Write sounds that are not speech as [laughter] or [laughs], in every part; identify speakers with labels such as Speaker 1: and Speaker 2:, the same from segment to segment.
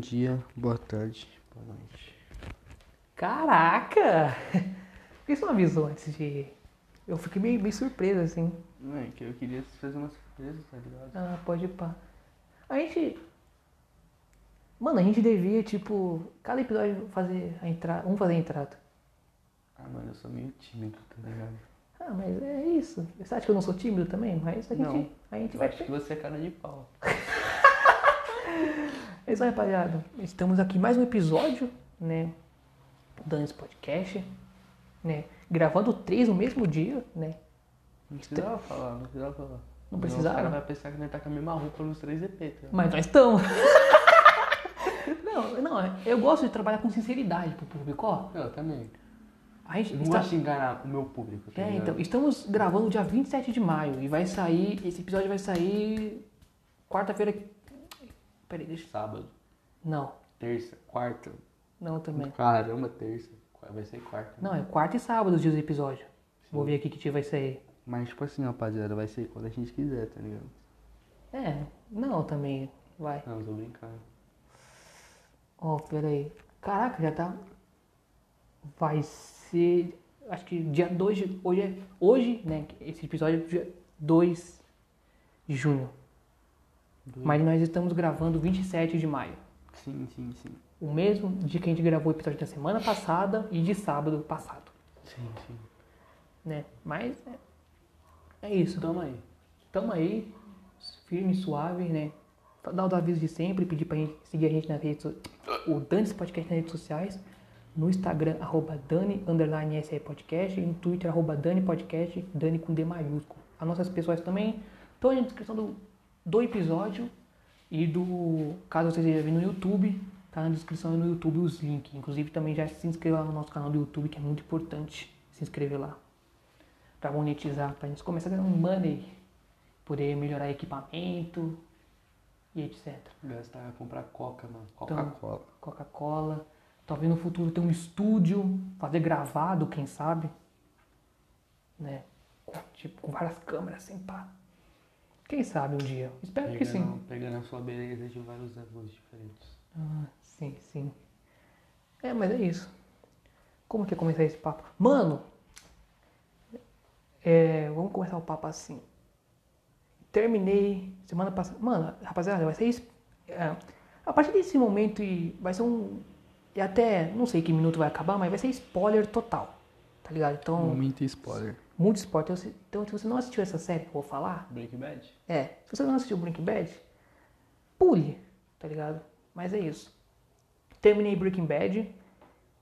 Speaker 1: dia, boa tarde, boa noite.
Speaker 2: Caraca! [laughs] Por que você não avisou antes de. Eu fiquei meio, meio surpreso assim.
Speaker 1: Não é que eu queria fazer uma surpresa, tá ligado?
Speaker 2: Ah, pode pá. A gente. Mano, a gente devia, tipo, cada episódio fazer a entrada. Um fazer a entrada.
Speaker 1: Ah, mano, eu sou meio tímido, tá ligado?
Speaker 2: Ah, mas é isso. Você acha que eu não sou tímido também? Mas a gente,
Speaker 1: Não.
Speaker 2: a gente
Speaker 1: Eu
Speaker 2: vai.
Speaker 1: acho que você é cara de pau.
Speaker 2: É isso aí, rapaziada. Estamos aqui em mais um episódio, né? Dando esse podcast, né? Gravando três no mesmo dia, né?
Speaker 1: Não precisava falar, não precisava falar. Senão
Speaker 2: precisava?
Speaker 1: O cara vai pensar que nós tá com a mesma roupa nos três EP, tá ligado?
Speaker 2: Mas nós estamos. [laughs] não, não, eu gosto de trabalhar com sinceridade pro público, ó.
Speaker 1: Eu também.
Speaker 2: A gente
Speaker 1: Eu não
Speaker 2: está-
Speaker 1: gosto de enganar o meu público, tá
Speaker 2: tá- É,
Speaker 1: ligado?
Speaker 2: então, estamos gravando dia 27 de maio e vai sair, esse episódio vai sair quarta-feira. Peraí, deixa.
Speaker 1: Sábado,
Speaker 2: Não,
Speaker 1: terça, quarta.
Speaker 2: não também.
Speaker 1: Caramba, terça. Qua- Vai ser quarta. né?
Speaker 2: Não, é quarta e sábado os dias do episódio. Vou ver aqui que dia vai sair.
Speaker 1: Mas tipo assim, rapaziada, vai ser quando a gente quiser, tá ligado?
Speaker 2: É, não também, vai.
Speaker 1: Não, eu tô brincando.
Speaker 2: Ó, peraí. Caraca, já tá. Vai ser. Acho que dia 2 de. Hoje é. Hoje, né? Esse episódio é dia 2 de junho.
Speaker 1: Dois-
Speaker 2: Mas nós estamos gravando 27 de maio.
Speaker 1: Sim, sim, sim.
Speaker 2: O mesmo dia que a gente gravou o episódio da semana passada e de sábado passado.
Speaker 1: Sim, sim.
Speaker 2: Né? Mas. É, é isso.
Speaker 1: Toma aí.
Speaker 2: Tamo aí, firme, suave, né? Pra Dar os avisos de sempre, pedir pra gente seguir a gente nas redes so- o Dani Podcast nas redes sociais, no Instagram, arroba Dani, underline SE Podcast, e no Twitter, arroba Dani Podcast, Dani com D maiúsculo. As nossas pessoais também estão na descrição do, do episódio e do, caso você esteja vendo no YouTube, tá na descrição e no YouTube os links. Inclusive também já se inscreva lá no nosso canal do YouTube, que é muito importante se inscrever lá. Pra monetizar, pra gente começar a ganhar um money poder melhorar equipamento e etc.
Speaker 1: Gastar vai comprar coca, mano.
Speaker 2: Então-
Speaker 1: Coca-Cola.
Speaker 2: Coca-Cola. Talvez no futuro ter um estúdio, fazer gravado, quem sabe? Né? Com- Tipo, com várias câmeras, sem pá. Quem sabe um dia? Espero que sim.
Speaker 1: Pegando, pegando a sua beleza de vários ângulos diferentes.
Speaker 2: Ah, sim, sim. É, mas é isso. Como que é começar esse papo? Mano! É, vamos começar o papo assim. Terminei semana passada. Mano, rapaziada, vai ser isso. é, a partir desse momento e vai ser um. E até. Não sei que minuto vai acabar, mas vai ser spoiler total. Tá ligado? Então,
Speaker 1: Momento spoiler.
Speaker 2: muito spoiler. Então, se- Então, se você não assistiu essa série que eu vou falar,
Speaker 1: Break Bad?
Speaker 2: é, se você não assistiu Breaking Bad, pule, tá ligado? Mas é isso. Terminei Breaking Bad,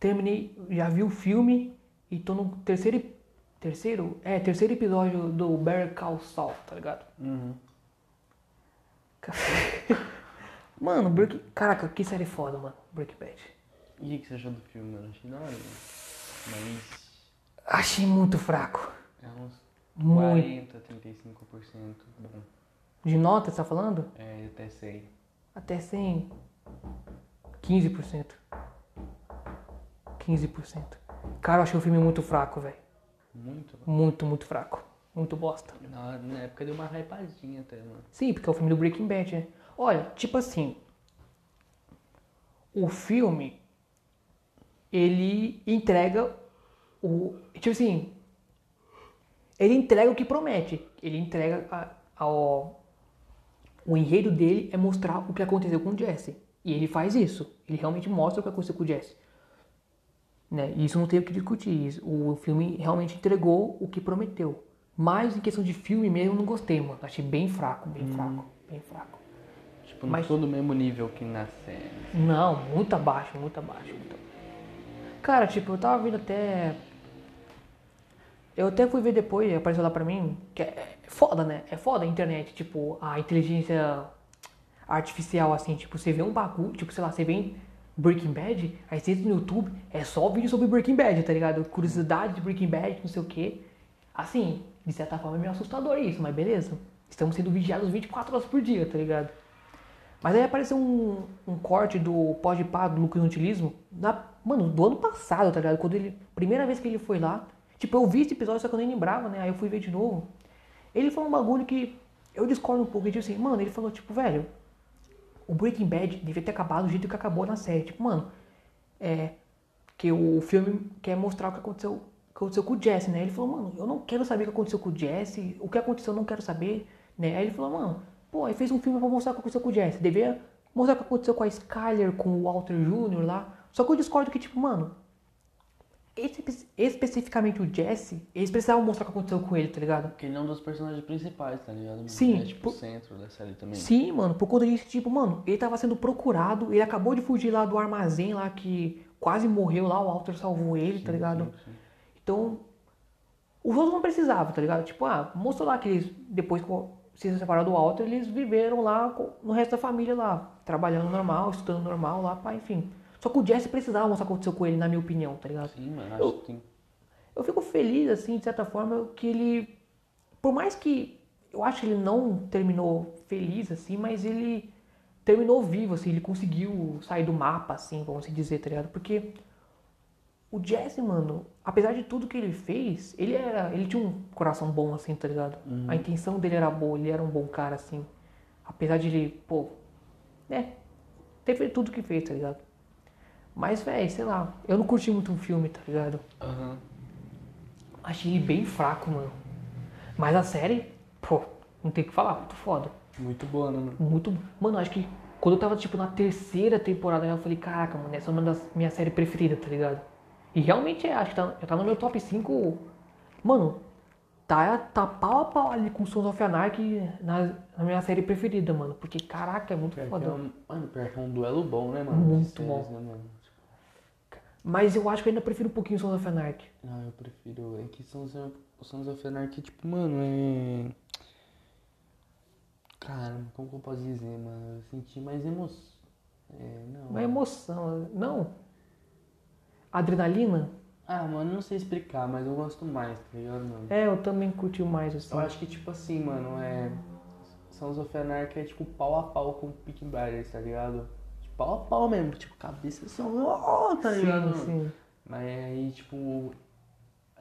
Speaker 2: terminei, já vi o filme e tô no terceiro, ep- terceiro, é, terceiro episódio do Better Call Saul, tá ligado?
Speaker 1: Uhum.
Speaker 2: Mano, Breaking, caraca, que série foda, mano, Breaking Bad.
Speaker 1: E o que que você achou do filme, mano? Achei da hora, mano. Mas
Speaker 2: Achei muito fraco.
Speaker 1: é uns
Speaker 2: Muito.
Speaker 1: 40, 35% bom.
Speaker 2: De nota, você tá falando?
Speaker 1: É, até 100.
Speaker 2: Até 100, 15%. 15%. Cara, eu achei o filme muito fraco, velho.
Speaker 1: Muito, mano.
Speaker 2: Muito, muito fraco. Muito bosta.
Speaker 1: Na, hora- na época deu uma hypadinha até, mano.
Speaker 2: Sim, porque é o filme do Breaking Bad, né? Olha, tipo assim. O filme. Ele entrega o. Tipo assim. Ele entrega o que promete. Ele entrega a, ao. O enredo dele é mostrar o que aconteceu com o Jesse. E ele faz isso. Ele realmente mostra o que aconteceu com o Jesse. Né? E isso não tem o que discutir. Isso- O filme realmente entregou o que prometeu. Mas em questão de filme mesmo, eu não gostei, mano. Achei bem fraco, bem fraco, bem fraco.
Speaker 1: Tipo, não
Speaker 2: Mas-
Speaker 1: ficou do mesmo nível que na série.
Speaker 2: Não, muito abaixo, muito abaixo. Muito... abaixo. Cara, tipo, eu tava vendo até. Eu até fui ver depois, apareceu lá pra mim, que é é foda, né? É foda a internet, tipo, a inteligência artificial, assim, tipo, você vê um bagulho, tipo, sei lá, você vê Breaking Bad, aí você entra no YouTube, é só vídeo sobre Breaking Bad, tá ligado? Curiosidade de Breaking Bad, não sei o quê. Assim, de certa forma é meio assustador isso, mas beleza. Estamos sendo vigiados 24 horas por dia, tá ligado? Mas aí apareceu um, um corte do Pode Pá do Lucas Inutilismo, na, mano, do ano passado, tá ligado? Quando ele. Primeira vez que ele foi lá. Tipo, eu vi esse episódio, só que eu nem lembrava, né? Aí eu fui ver de novo. Ele falou um bagulho que eu discordo um pouco. Ele disse assim, mano, ele falou, tipo, velho, tipo, o Breaking Bad devia ter acabado do jeito que acabou na série. Tipo, mano, é. Que o filme quer mostrar o que aconteceu, o que aconteceu com o Jesse, né? Ele falou, mano, eu não quero saber o que aconteceu com o Jesse, o que aconteceu eu não quero saber, né? Aí ele falou, mano, pô, aí fez um filme pra mostrar o que aconteceu com o Jesse. Devia mostrar o que aconteceu com a Skyler, com o Walter Jr. lá. Só que eu discordo que, tipo, mano, espe- especificamente o Jesse, eles precisavam mostrar o que aconteceu com ele, tá ligado?
Speaker 1: Porque ele é um dos personagens principais, tá ligado? mano?
Speaker 2: Sim,
Speaker 1: Ele é tipo o
Speaker 2: por-
Speaker 1: centro da série também.
Speaker 2: Sim, mano, por conta disso, tipo, mano, ele tava sendo procurado, ele acabou de fugir lá do armazém lá que quase morreu lá, o Walter salvou ele, tá ligado? Então, os outros não precisavam, tá ligado? Tipo, ah, mostrou lá que eles, depois que se separaram do Walter, eles viveram lá co- no resto da família lá, trabalhando normal, estudando normal lá, pá, enfim. Só que o Jesse precisava mostrar o que aconteceu com ele, na minha opinião, tá ligado?
Speaker 1: Sim, mano, acho que tem.
Speaker 2: eu fico feliz, assim, de certa forma, que ele. Por mais que. Eu acho que ele não terminou feliz, assim, mas ele terminou vivo, assim, ele conseguiu sair do mapa, assim, vamos se dizer, tá ligado? Porque o Jesse, mano, apesar de tudo que ele fez, ele era. Ele tinha um coração bom, assim, tá ligado? A intenção dele era boa, ele era um bom cara, assim. Apesar de ele, pô. né? Ter feito tudo que fez, tá ligado? Mas, véi, sei lá, eu não curti muito o filme, tá ligado?
Speaker 1: Aham.
Speaker 2: Achei ele bem fraco, mano. Mas a série, pô, não tem o que falar, muito foda.
Speaker 1: Muito boa, né, mano?
Speaker 2: Muito. Mano, acho que quando eu tava, tipo, na terceira temporada, eu falei, caraca, mano, essa é uma das minhas séries preferidas, tá ligado? E realmente é, acho que tá, já tá no meu top 5. Mano, tá, tá pau a pau ali com Sons of Anarchy na, na minha série preferida, mano. Porque, caraca, é muito
Speaker 1: Pior que
Speaker 2: foda.
Speaker 1: é um, mano, pior que é um duelo bom, né, mano?
Speaker 2: Muito
Speaker 1: De séries, Né, mano? Tipo,
Speaker 2: Mas eu acho que eu ainda prefiro um pouquinho Sons of Anarchy.
Speaker 1: ah, eu prefiro. É que Sons of, Sons of Anarchy, tipo, mano, é. Caramba, como que eu posso dizer, mano? Eu senti mais emoção. É, não.
Speaker 2: Uma emoção, não? Adrenalina?
Speaker 1: Ah, mano, não sei explicar, mas eu gosto mais, tá ligado, mano?
Speaker 2: É, eu também curti mais, assim.
Speaker 1: Eu acho que, tipo assim, mano, é. Sons of Anarchy é tipo pau a pau com Peak Blinders, tá ligado? Tipo, pau a pau mesmo, tipo, cabeça só. ó, tá ligado?
Speaker 2: Sim, sim.
Speaker 1: Mas aí, tipo.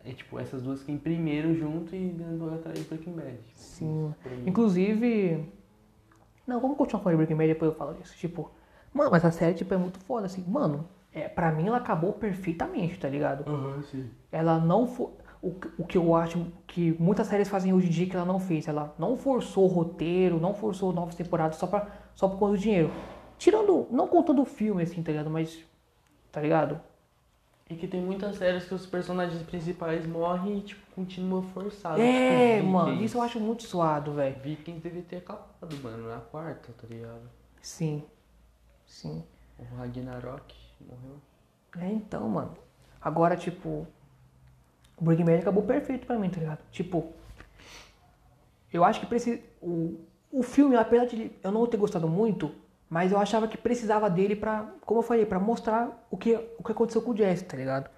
Speaker 1: É tipo, essas duas ficam em primeiro junto e dando atrás do Breaking Bad. Tipo,
Speaker 2: Sim.
Speaker 1: pra mim.
Speaker 2: Inclusive. Não, vamos continuar falando de Breaking Bad depois eu falo disso. Tipo, mano, mas a série tipo, é muito foda, assim. Mano, é, pra mim ela acabou perfeitamente, tá ligado?
Speaker 1: Aham, sim.
Speaker 2: Ela não foi. O, que- o que eu acho que muitas séries fazem hoje em dia que ela não fez. Ela não forçou o roteiro, não forçou novas temporadas só, pra, só por conta do dinheiro. Tirando. Não contando o filme, assim, tá ligado? Mas. Tá ligado?
Speaker 1: É que tem muitas séries que os personagens principais morrem e, tipo, continua forçado.
Speaker 2: É,
Speaker 1: tipo,
Speaker 2: mano,
Speaker 1: Vikings.
Speaker 2: isso eu acho muito suado,
Speaker 1: É,
Speaker 2: velho.
Speaker 1: Vikings deve ter acabado, mano, na quarta, tá ligado?
Speaker 2: Sim. Sim.
Speaker 1: O Ragnarok morreu.
Speaker 2: É, então, mano. Agora, tipo, o Breaking Bad acabou perfeito pra mim, tá ligado? Tipo, eu acho que precisa. O, o filme, apesar de eu não ter gostado muito, mas eu achava que precisava dele pra, como eu falei, pra mostrar o que, o que aconteceu com o Jesse, tá ligado?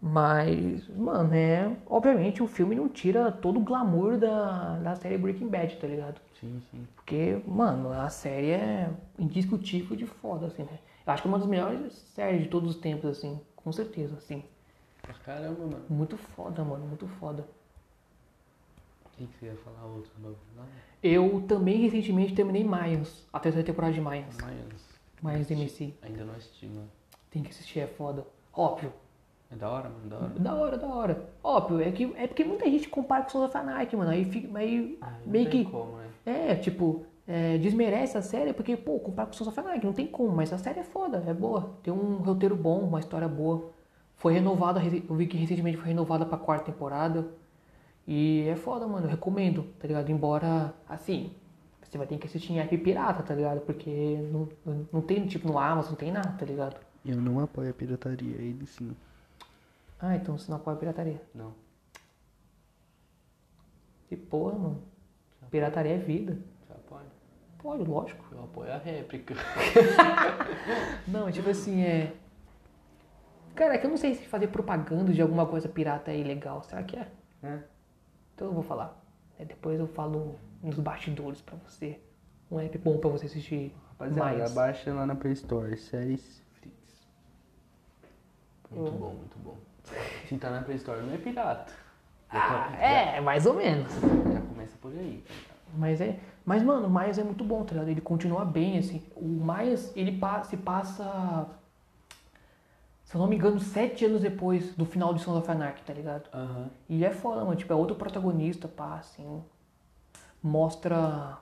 Speaker 2: Mas, mano, é. Obviamente o filme não tira todo o glamour da, da série Breaking Bad, tá ligado?
Speaker 1: Sim, sim.
Speaker 2: Porque, mano, a série é indiscutível de foda, assim, né? Eu acho que é uma das melhores séries de todos os tempos, assim, com certeza, assim.
Speaker 1: Pra caramba, mano.
Speaker 2: Muito foda, mano, muito foda.
Speaker 1: O que, que você ia falar outro bagulho lá?
Speaker 2: Eu também recentemente terminei Mayans, a terceira temporada de Mayans.
Speaker 1: Mayans.
Speaker 2: Mayans MC.
Speaker 1: Ainda não assisti, mano.
Speaker 2: Tem que assistir, é foda. Óbvio.
Speaker 1: É da hora, mano, da hora.
Speaker 2: Da hora, da hora. Óbvio, é, que, é porque muita gente compara com Sons of Anarchy, mano. Aí fica meio.
Speaker 1: Ah, não
Speaker 2: meio
Speaker 1: tem
Speaker 2: que.
Speaker 1: como, né?
Speaker 2: É, tipo, é, desmerece a série porque, pô, comprar com Sons of Anarchy, não tem como, mas a série é foda, é boa. Tem um roteiro bom, uma história boa. Foi renovada, rece- eu vi que recentemente foi renovada pra quarta temporada. E é foda, mano, eu recomendo, tá ligado? Embora, assim, você vai ter que assistir em app pirata, tá ligado? Porque não, não tem, tipo, no Amazon, não tem nada, tá ligado?
Speaker 1: Eu não apoio a pirataria, ele sim.
Speaker 2: Ah, então você não apoia a pirataria.
Speaker 1: Não.
Speaker 2: Que porra, mano. Pirataria é vida.
Speaker 1: Você apoia?
Speaker 2: Pode, lógico.
Speaker 1: Eu apoio a réplica.
Speaker 2: Não, tipo assim, é. Cara, é que eu não sei se fazer propaganda de alguma coisa pirata é ilegal, será que é?
Speaker 1: Né?
Speaker 2: Então eu vou falar. É, depois eu falo nos bastidores pra você. Um app bom pra você assistir.
Speaker 1: Rapaziada,
Speaker 2: mais.
Speaker 1: abaixa lá na Play Store. Séries Flix. Muito
Speaker 2: Eu-
Speaker 1: bom, muito bom. Se tá na Play Store, não é pirata.
Speaker 2: Ah, é, mais ou menos.
Speaker 1: Já começa por aí. tá ligado?
Speaker 2: Mas é. Mas, mano, o Miles é muito bom, tá ligado? Ele continua bem, assim. O Miles, ele pa- se passa. Se eu não me engano, sete anos depois do final de Sons of Anarchy, tá ligado?
Speaker 1: Aham.
Speaker 2: E ele é foda, mano. Tipo, é outro protagonista, pá, assim. Mostra.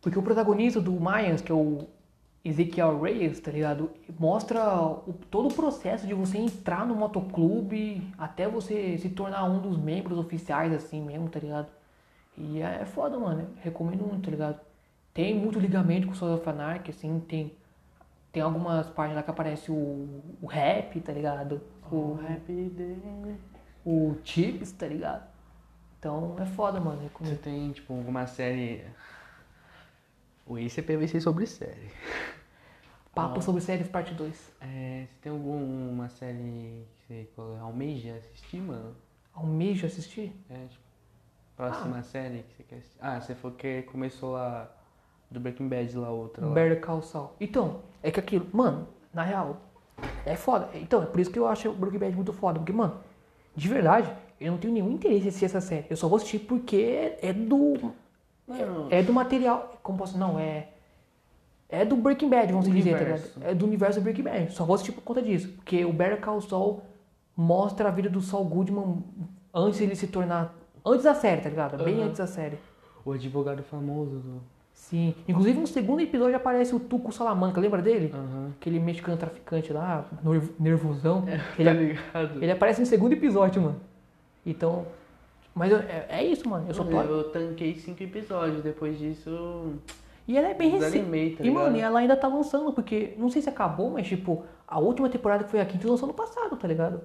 Speaker 2: Porque o protagonista do Mayans, que é o Ezequiel Reyes, tá ligado? Mostra o- todo o processo de você entrar no motoclube até você se tornar um dos membros oficiais, assim mesmo, tá ligado? E é é foda, mano. Eu recomendo muito, tá ligado? Tem muito ligamento com o Sons of Anarchy, assim, tem. Tem algumas páginas lá que aparece o, o rap, tá ligado?
Speaker 1: O
Speaker 2: O,
Speaker 1: Happy Day.
Speaker 2: o Chips, tá ligado? Então é foda, mano. Eu
Speaker 1: Você
Speaker 2: comi-
Speaker 1: tem, tipo, alguma série. O Ace é PVC sobre série.
Speaker 2: Papo sobre séries parte 2.
Speaker 1: É, você tem alguma série que você colo- almeja assistir, mano?
Speaker 2: Almejo um assistir?
Speaker 1: É, tipo,
Speaker 2: Ah.
Speaker 1: próxima série que você quer assistir. Ah, você falou que começou lá do Breaking Bad lá outra lá.
Speaker 2: Better Call Saul. Então, é que aquilo, mano, na real, é foda. Então, é por isso que eu acho o Breaking Bad muito foda. Porque, mano, de verdade, eu não tenho nenhum interesse em assistir essa série. Eu só vou assistir porque é do.
Speaker 1: Mano,
Speaker 2: É do material. Como posso. Não, é. É do Breaking Bad, vamos dizer, tá ligado?
Speaker 1: Universo.
Speaker 2: É do universo do Breaking Bad. Só vou assistir por conta disso. Porque o Better Call Saul mostra a vida do Saul Goodman antes ele se tornar. Antes da série, tá ligado? Bem
Speaker 1: Aham.
Speaker 2: antes da série.
Speaker 1: o advogado famoso do.
Speaker 2: Sim. Inclusive, no segundo episódio aparece o Tuco Salamanca, lembra dele?
Speaker 1: Aham.
Speaker 2: Aquele mexicano traficante lá, nerv- nervosão.
Speaker 1: Tá
Speaker 2: Ele, é-
Speaker 1: ligado?
Speaker 2: ele aparece no segundo episódio, mano. Então. Mas eu- é, é isso, mano. Eu só tô.
Speaker 1: Mano, eu tanquei cinco episódios, depois disso. eu
Speaker 2: E ela é bem recente.
Speaker 1: Desanimei, tá
Speaker 2: e, mano, e
Speaker 1: ligado?
Speaker 2: ela ainda tá lançando, porque não sei se acabou, mas, tipo, a última temporada que foi a quinta lançou no passado, tá ligado?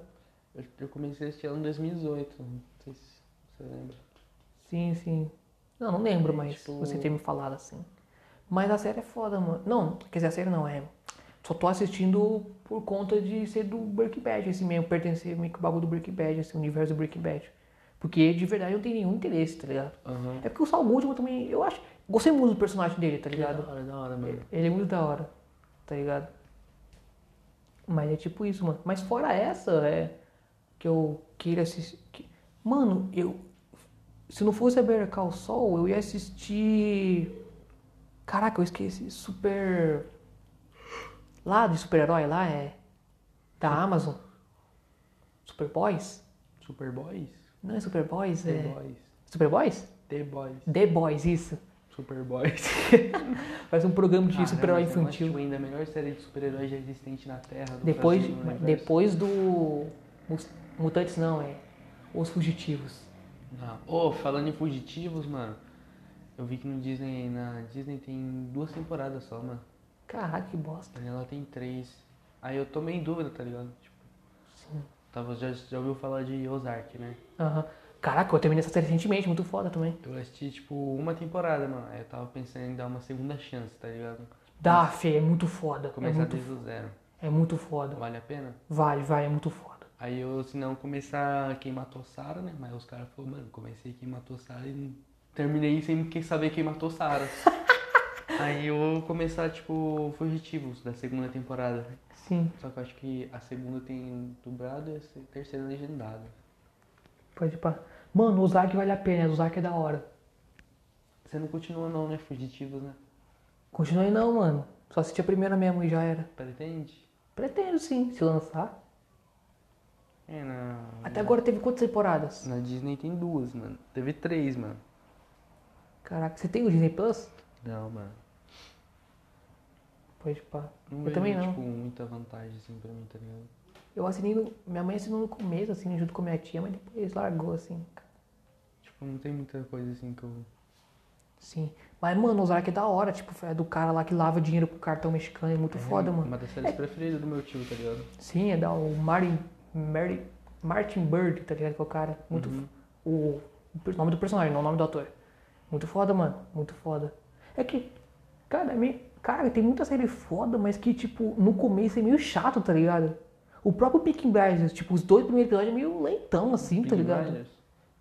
Speaker 1: Eu, eu comecei a assistir ela em 2018. Não sei se você lembra.
Speaker 2: Sim, sim. Não, não lembro, mas
Speaker 1: Tipo-
Speaker 2: você ter me falado assim. Mas a série é foda, mano. Não, quer dizer, a série não é. Só tô assistindo por conta de ser do Breaking Bad, assim mesmo, pertencer meio que o bagulho do Breaking Bad, assim, o universo do Breaking Bad. Porque de verdade eu não tenho nenhum interesse, tá ligado?
Speaker 1: Aham.
Speaker 2: É porque o Saul Goodman também, eu acho. Gostei muito do personagem dele, tá
Speaker 1: Da
Speaker 2: ligado?
Speaker 1: hora, da hora, mano.
Speaker 2: Ele é muito da hora, tá ligado? Mas é tipo isso, mano. Mas fora essa, é. Que eu queira assistir. que- Mano, eu. Se não fosse a Better Call Saul, eu ia assistir. Caraca, eu esqueci. Super. Lá de super-herói lá é. Da Amazon. Superboys?
Speaker 1: Superboys?
Speaker 2: Não é Superboys?
Speaker 1: The
Speaker 2: É.
Speaker 1: Boys.
Speaker 2: Superboys?
Speaker 1: The Boys.
Speaker 2: The Boys, isso.
Speaker 1: Superboys.
Speaker 2: Parece um programa de
Speaker 1: Caramba, é
Speaker 2: super-herói
Speaker 1: você não
Speaker 2: infantil.
Speaker 1: assistiu ainda a melhor série de super-heróis já existente na Terra. Do
Speaker 2: Depois,
Speaker 1: Brasil, no um universo.
Speaker 2: depois do. Os mutantes não, é. Os fugitivos.
Speaker 1: Não. Ah, Ô, falando em fugitivos, mano. Eu vi que no Disney, na Disney tem duas temporadas só, mano.
Speaker 2: Caraca, que bosta.
Speaker 1: E Ela tem três. Aí eu tô meio em dúvida, tá ligado? Tipo,
Speaker 2: Sim.
Speaker 1: tava, já, já ouviu falar de Ozark, né?
Speaker 2: Aham. Caraca, eu terminei essa série recentemente, muito foda também.
Speaker 1: Eu assisti, tipo, uma temporada, mano. Aí eu tava pensando em dar uma segunda chance, tá ligado?
Speaker 2: Dá, Fê, é muito foda. É
Speaker 1: Começar
Speaker 2: muito,
Speaker 1: desde o zero.
Speaker 2: é muito foda.
Speaker 1: Vale a pena?
Speaker 2: Vale, vai, é muito foda.
Speaker 1: Aí eu, se não, começar quem matou Sarah, né? Mas os caras falaram, mano, comecei quem matou Sarah e não- terminei sem que- saber quem matou [laughs] Sarah. Aí eu vou começar, tipo, Fugitivos da segunda temporada.
Speaker 2: Sim,
Speaker 1: Só que eu acho que a segunda tem dublado e a terceira legendada.
Speaker 2: pode ir pra. Mano, o Zack vale a pena, o Zack é da hora.
Speaker 1: Você não continua não, né? Fugitivos, né?
Speaker 2: Continua aí não, mano. Só assisti a primeira mesmo e já era.
Speaker 1: Pretende?
Speaker 2: Pretendo sim, se lançar.
Speaker 1: É, na...
Speaker 2: Até agora teve quantas temporadas?
Speaker 1: Na Disney tem duas, mano. Teve três, mano.
Speaker 2: Caraca, você tem o Disney Plus?
Speaker 1: Não, mano.
Speaker 2: Pode ir pra.
Speaker 1: Não
Speaker 2: Eu
Speaker 1: vejo,
Speaker 2: também não.
Speaker 1: tipo, muita vantagem, assim, pra mim, tá ligado?
Speaker 2: Eu assinei, no, minha mãe assinou no começo, assim, junto com minha tia, mas depois largou, assim.
Speaker 1: Tipo, não tem muita coisa, assim, que eu...
Speaker 2: Sim. Mas, mano, o Zark é da hora, tipo, é do cara lá que lava dinheiro pro cartão mexicano, é muito foda, mano. É.
Speaker 1: Uma das séries preferidas do meu tio, tá ligado?
Speaker 2: Sim, é da o Martin, Mary- Martin Bird, tá ligado? Que é o cara. Muito
Speaker 1: Uhum.
Speaker 2: fo- o, o per- nome do personagem, não o nome do ator. Muito foda, mano. Muito foda. É que, cara, me, cara, tem muita série foda, mas que, tipo, no começo é meio chato, tá ligado? O próprio Peaky Blinders, tipo, os dois primeiros episódios é meio lentão, assim, tá
Speaker 1: Peaky
Speaker 2: ligado?
Speaker 1: Blinders?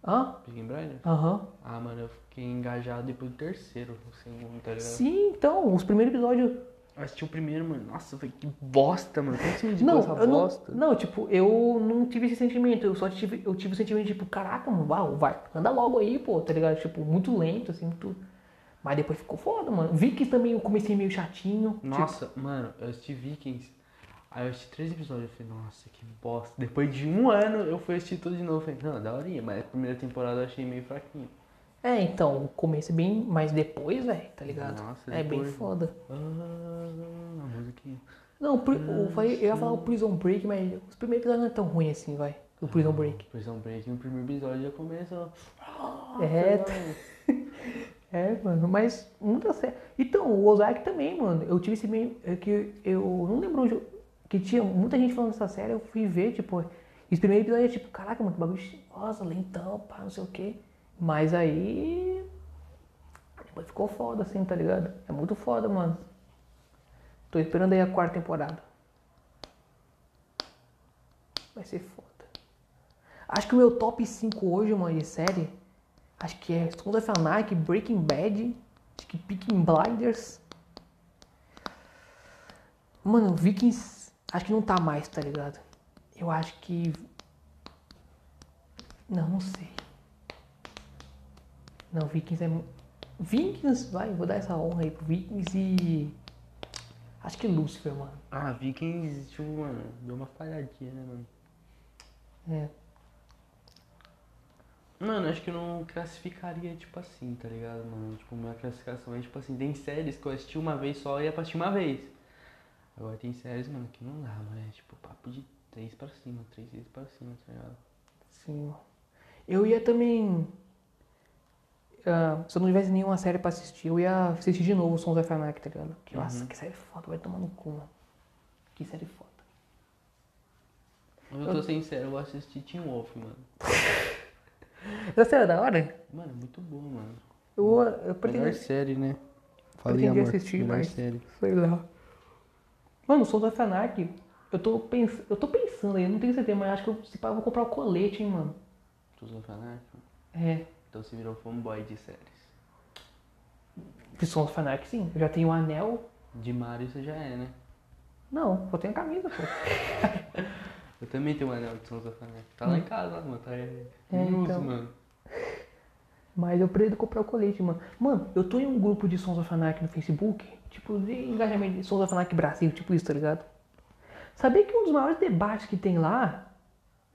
Speaker 2: Hã?
Speaker 1: Peaky Blinders?
Speaker 2: Aham.
Speaker 1: Ah, mano, eu fiquei engajado depois do terceiro, o segundo, tá ligado?
Speaker 2: Sim, então, os primeiros episódios.
Speaker 1: Eu assisti o primeiro, mano. Nossa, velho, que bosta, mano. Como esse filme de
Speaker 2: Não,
Speaker 1: essa
Speaker 2: eu não,
Speaker 1: bosta?
Speaker 2: não, tipo, eu não tive esse sentimento, eu só tive, eu tive o sentimento, tipo, caraca, mano, vai, vai, anda logo aí, pô, tá ligado? Tipo, muito lento, assim, muito. Mas depois ficou foda, mano. Vi que também eu comecei meio chatinho. tipo,
Speaker 1: Nossa, mano, eu assisti Vikings. Aí eu assisti três episódios e falei, nossa, que bosta. Depois de um ano eu fui assistir tudo de novo. Falei, não, daorinha, mas a primeira temporada eu achei meio fraquinho.
Speaker 2: É, então, o começo é bem. Mas depois, velho, tá ligado?
Speaker 1: Nossa,
Speaker 2: é bem
Speaker 1: depois.
Speaker 2: foda.
Speaker 1: Ah, a musiquinha.
Speaker 2: Não, pri-
Speaker 1: Ah,
Speaker 2: eu, falei, eu ia falar o Prison Break, mas os primeiros episódios não é tão ruim assim, vai. O
Speaker 1: Ah.
Speaker 2: Prison Break.
Speaker 1: Prison é, um Break no primeiro episódio já começou.
Speaker 2: É,
Speaker 1: Nossa, mano.
Speaker 2: É, mano, mas não deu certo. Então, o Ozark também, mano. Eu tive esse meio. é que eu não lembro onde. eu- que tinha muita gente falando dessa série, eu fui ver, tipo. E os primeiros episódios, tipo, caraca, mano, que bagulho. chi- Nossa, lentão, pá, não sei o quê. Mas aí. Depois ficou foda, assim, tá ligado? É muito foda, mano. Tô esperando aí a quarta temporada. Vai ser foda. Acho que o meu top 5 hoje, mano, de série. Acho que é Sons of Anarchy, Breaking Bad, acho que Peaking Blinders. Mano, Vikings. Acho que não tá mais, tá ligado? Eu acho que. Não, não sei. Não, Vikings é. mu- Vikings, vai, vou dar essa honra aí pro Vikings e. Acho que Lucifer, mano.
Speaker 1: Ah, Vikings, tipo, mano, deu uma falhadinha, né, mano?
Speaker 2: É.
Speaker 1: Mano, acho que eu não classificaria, tipo assim, tá ligado, mano? Tipo, minha classificação é, tipo assim, tem séries que eu assisti uma vez só e é pra assistir uma vez. Agora tem séries, mano, que não dá, mano. É tipo papo de três pra cima, três vezes pra cima, tá ligado?
Speaker 2: Sim. Eu ia também. ah, se eu não tivesse nenhuma série pra assistir, eu ia assistir de novo o Sons of Anarchy, tá ligado? Que,
Speaker 1: Uhum.
Speaker 2: Nossa, que série foda, vai tomar no cu, mano. Que série foda.
Speaker 1: Eu tô sincero, eu vou assistir Teen Wolf, mano.
Speaker 2: Essa série é da hora?
Speaker 1: Mano, é muito bom, mano.
Speaker 2: Eu, eu
Speaker 1: Uhum. Melhor
Speaker 2: pretendo.
Speaker 1: série, né?
Speaker 2: Falei, Pretendi amor, assistir,
Speaker 1: melhor
Speaker 2: melhor mas-
Speaker 1: série.
Speaker 2: Sei lá. Mano, Sons of Anarchy, eu tô, pens... eu tô pensando aí, eu não tenho certeza, mas acho que eu, se pá, eu vou comprar o colete, hein, mano.
Speaker 1: Tu sou fanático?
Speaker 2: É.
Speaker 1: Então você virou fanboy de séries.
Speaker 2: De Sons of Anarchy, sim. Eu já tenho o anel.
Speaker 1: De Mario você já é, né?
Speaker 2: Não, só tenho a camisa, pô.
Speaker 1: Eu também tenho um anel de Sons of Anarchy. Tá lá em casa, lá, mano. Tá é,
Speaker 2: É,
Speaker 1: em uso,
Speaker 2: então.
Speaker 1: mano.
Speaker 2: Mas eu preciso comprar o colete, mano. Mano, eu tô em um grupo de Sons of Anarchy no Facebook, tipo, de engajamento de Sons of Anarchy Brasil, tipo isso, tá ligado? Sabia que um dos maiores debates que tem lá,